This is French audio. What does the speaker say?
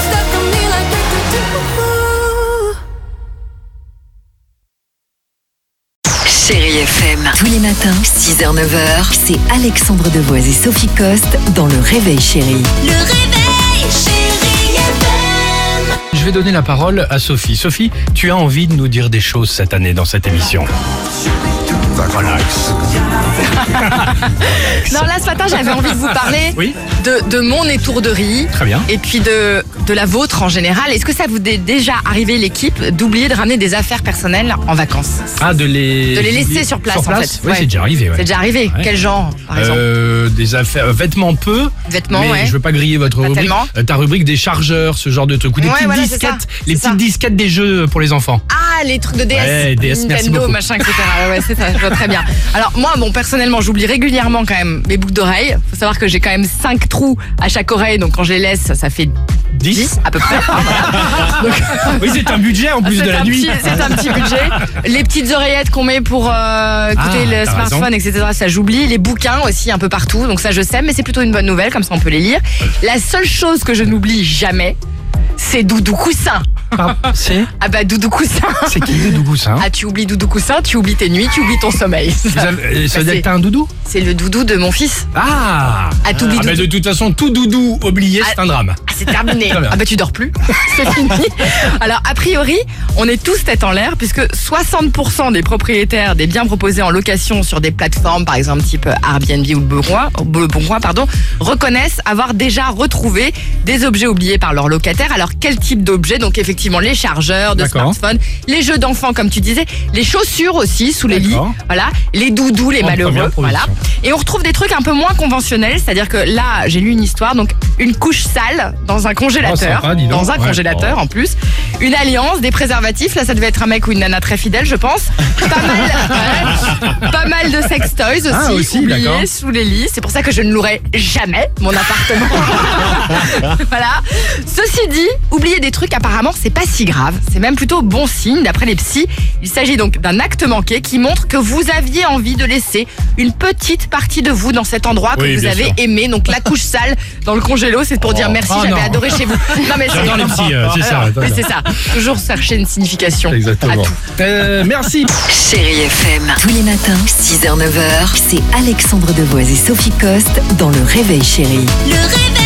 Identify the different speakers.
Speaker 1: stuck on me like we could do.
Speaker 2: Chérie FM, tous les matins, 6h-9h, c'est Alexandre Devoise et Sophie Coste dans Le Réveil Chérie.
Speaker 1: Le réveil, chérie FM.
Speaker 3: Je vais donner la parole à Sophie. Sophie, tu as envie de nous dire des choses cette année dans cette émission. Relax.
Speaker 4: Non, là ce matin j'avais envie de vous parler
Speaker 3: Oui,
Speaker 4: de, de mon étourderie
Speaker 3: très bien.
Speaker 4: et puis de, de la vôtre en général. Est-ce que ça vous est déjà arrivé l'équipe d'oublier de ramener des affaires personnelles en vacances
Speaker 3: Ah, de les...
Speaker 4: De les laisser sur place, en fait.
Speaker 3: Oui,
Speaker 4: Ouais.
Speaker 3: c'est déjà arrivé. ouais.
Speaker 4: C'est déjà arrivé
Speaker 3: Ouais.
Speaker 4: Quel genre par exemple
Speaker 3: Euh, des affaires, euh, vêtements peu,
Speaker 4: Vêtements,
Speaker 3: mais
Speaker 4: ouais.
Speaker 3: je veux pas griller votre
Speaker 4: Pas
Speaker 3: rubrique.
Speaker 4: tellement.
Speaker 3: Euh, ta rubrique des chargeurs, ce genre de trucs, ou des
Speaker 4: Ouais,
Speaker 3: petites
Speaker 4: voilà, c'est
Speaker 3: disquettes,
Speaker 4: ça.
Speaker 3: les
Speaker 4: C'est
Speaker 3: petites
Speaker 4: ça.
Speaker 3: disquettes des jeux pour les enfants.
Speaker 4: Ah, les trucs de DS,
Speaker 3: Ouais, DS, merci
Speaker 4: Nintendo,
Speaker 3: beaucoup.
Speaker 4: machin, etc. Ouais, ouais, c'est ça, je vois très bien. Alors moi, bon, personnellement, j'oublie régulièrement quand même mes boucles d'oreilles. Faut savoir que j'ai quand même 5 trous à chaque oreille, donc quand je les laisse, ça fait 10
Speaker 3: 10
Speaker 4: à peu près.
Speaker 3: Oui, c'est un budget en plus
Speaker 4: Ah, C'est
Speaker 3: de la
Speaker 4: un
Speaker 3: nuit.
Speaker 4: petit- C'est un petit budget. Les petites oreillettes qu'on met pour euh,
Speaker 3: Ah,
Speaker 4: écouter le
Speaker 3: t'as
Speaker 4: smartphone,
Speaker 3: raison.
Speaker 4: etc. Ça j'oublie. Les bouquins aussi un peu partout. Donc ça je sais, mais c'est plutôt une bonne nouvelle, comme ça on peut les lire. La seule chose que je n'oublie jamais, c'est Doudou Coussin.
Speaker 3: Ah, C'est
Speaker 4: Ah bah Doudou Coussin.
Speaker 3: c'est qui Doudou Goussin
Speaker 4: Ah tu oublies Doudou Coussin, tu oublies tes nuits, tu oublies ton sommeil.
Speaker 3: Vous avez- euh, Ça veut dire
Speaker 4: c'est-
Speaker 3: que t'as un doudou
Speaker 4: C'est le doudou de mon fils.
Speaker 3: Ah
Speaker 4: Ah, tout bidou.
Speaker 3: mais de toute façon, tout doudou oublié, c'est un drame.
Speaker 4: Ah, c'est terminé.
Speaker 3: Très bien.
Speaker 4: ah bah tu dors plus. C'est fini. Alors a priori, on est tous tête en l'air puisque 60% des propriétaires des biens proposés en location sur des plateformes par exemple type Airbnb ou le Bon Coin- le Bon Coin, pardon, reconnaissent avoir déjà retrouvé des objets oubliés par leurs locataires. Alors quel type d'objets Donc effectivement les chargeurs de
Speaker 3: D'accord.
Speaker 4: smartphones, les jeux d'enfants comme tu disais, les chaussures aussi sous les lits,
Speaker 3: D'accord.
Speaker 4: voilà, les doudous, les
Speaker 3: En
Speaker 4: malheureux,
Speaker 3: première
Speaker 4: voilà.
Speaker 3: position.
Speaker 4: Et on retrouve des trucs un peu moins conventionnels, c'est-à-dire que là, j'ai lu une histoire, donc une couche sale dans un congélateur,
Speaker 3: Oh, sympa, dis donc.
Speaker 4: dans un
Speaker 3: Ouais.
Speaker 4: congélateur en plus, une alliance, des préservatifs, là ça devait être un mec ou une nana très fidèle, je pense, pas mal, ouais. pas mal de sex toys aussi,
Speaker 3: Ah, aussi,
Speaker 4: oubliés
Speaker 3: d'accord.
Speaker 4: sous les lits, c'est pour ça que je ne louerai jamais mon appartement. voilà. Ceci dit, oublier des trucs apparemment, c'est pas si grave, c'est même plutôt bon signe d'après les psys. Il s'agit donc d'un acte manqué qui montre que vous aviez envie de laisser une petite partie de vous dans cet endroit que
Speaker 3: Oui,
Speaker 4: vous
Speaker 3: bien
Speaker 4: avez
Speaker 3: sûr.
Speaker 4: aimé. Donc la couche sale dans le congélo, c'est pour dire merci,
Speaker 3: Ah,
Speaker 4: j'avais
Speaker 3: non.
Speaker 4: adoré chez vous. Non mais
Speaker 3: J'adore les petits, euh, c'est ça.
Speaker 4: Mais c'est ça, toujours chercher une signification. À
Speaker 3: Exactement.
Speaker 4: tout.
Speaker 3: Euh, merci.
Speaker 2: Chérie FM, tous les matins, 6h-9h, c'est Alexandre Devoise et Sophie Coste dans Le Réveil Chérie.
Speaker 1: Le réveil.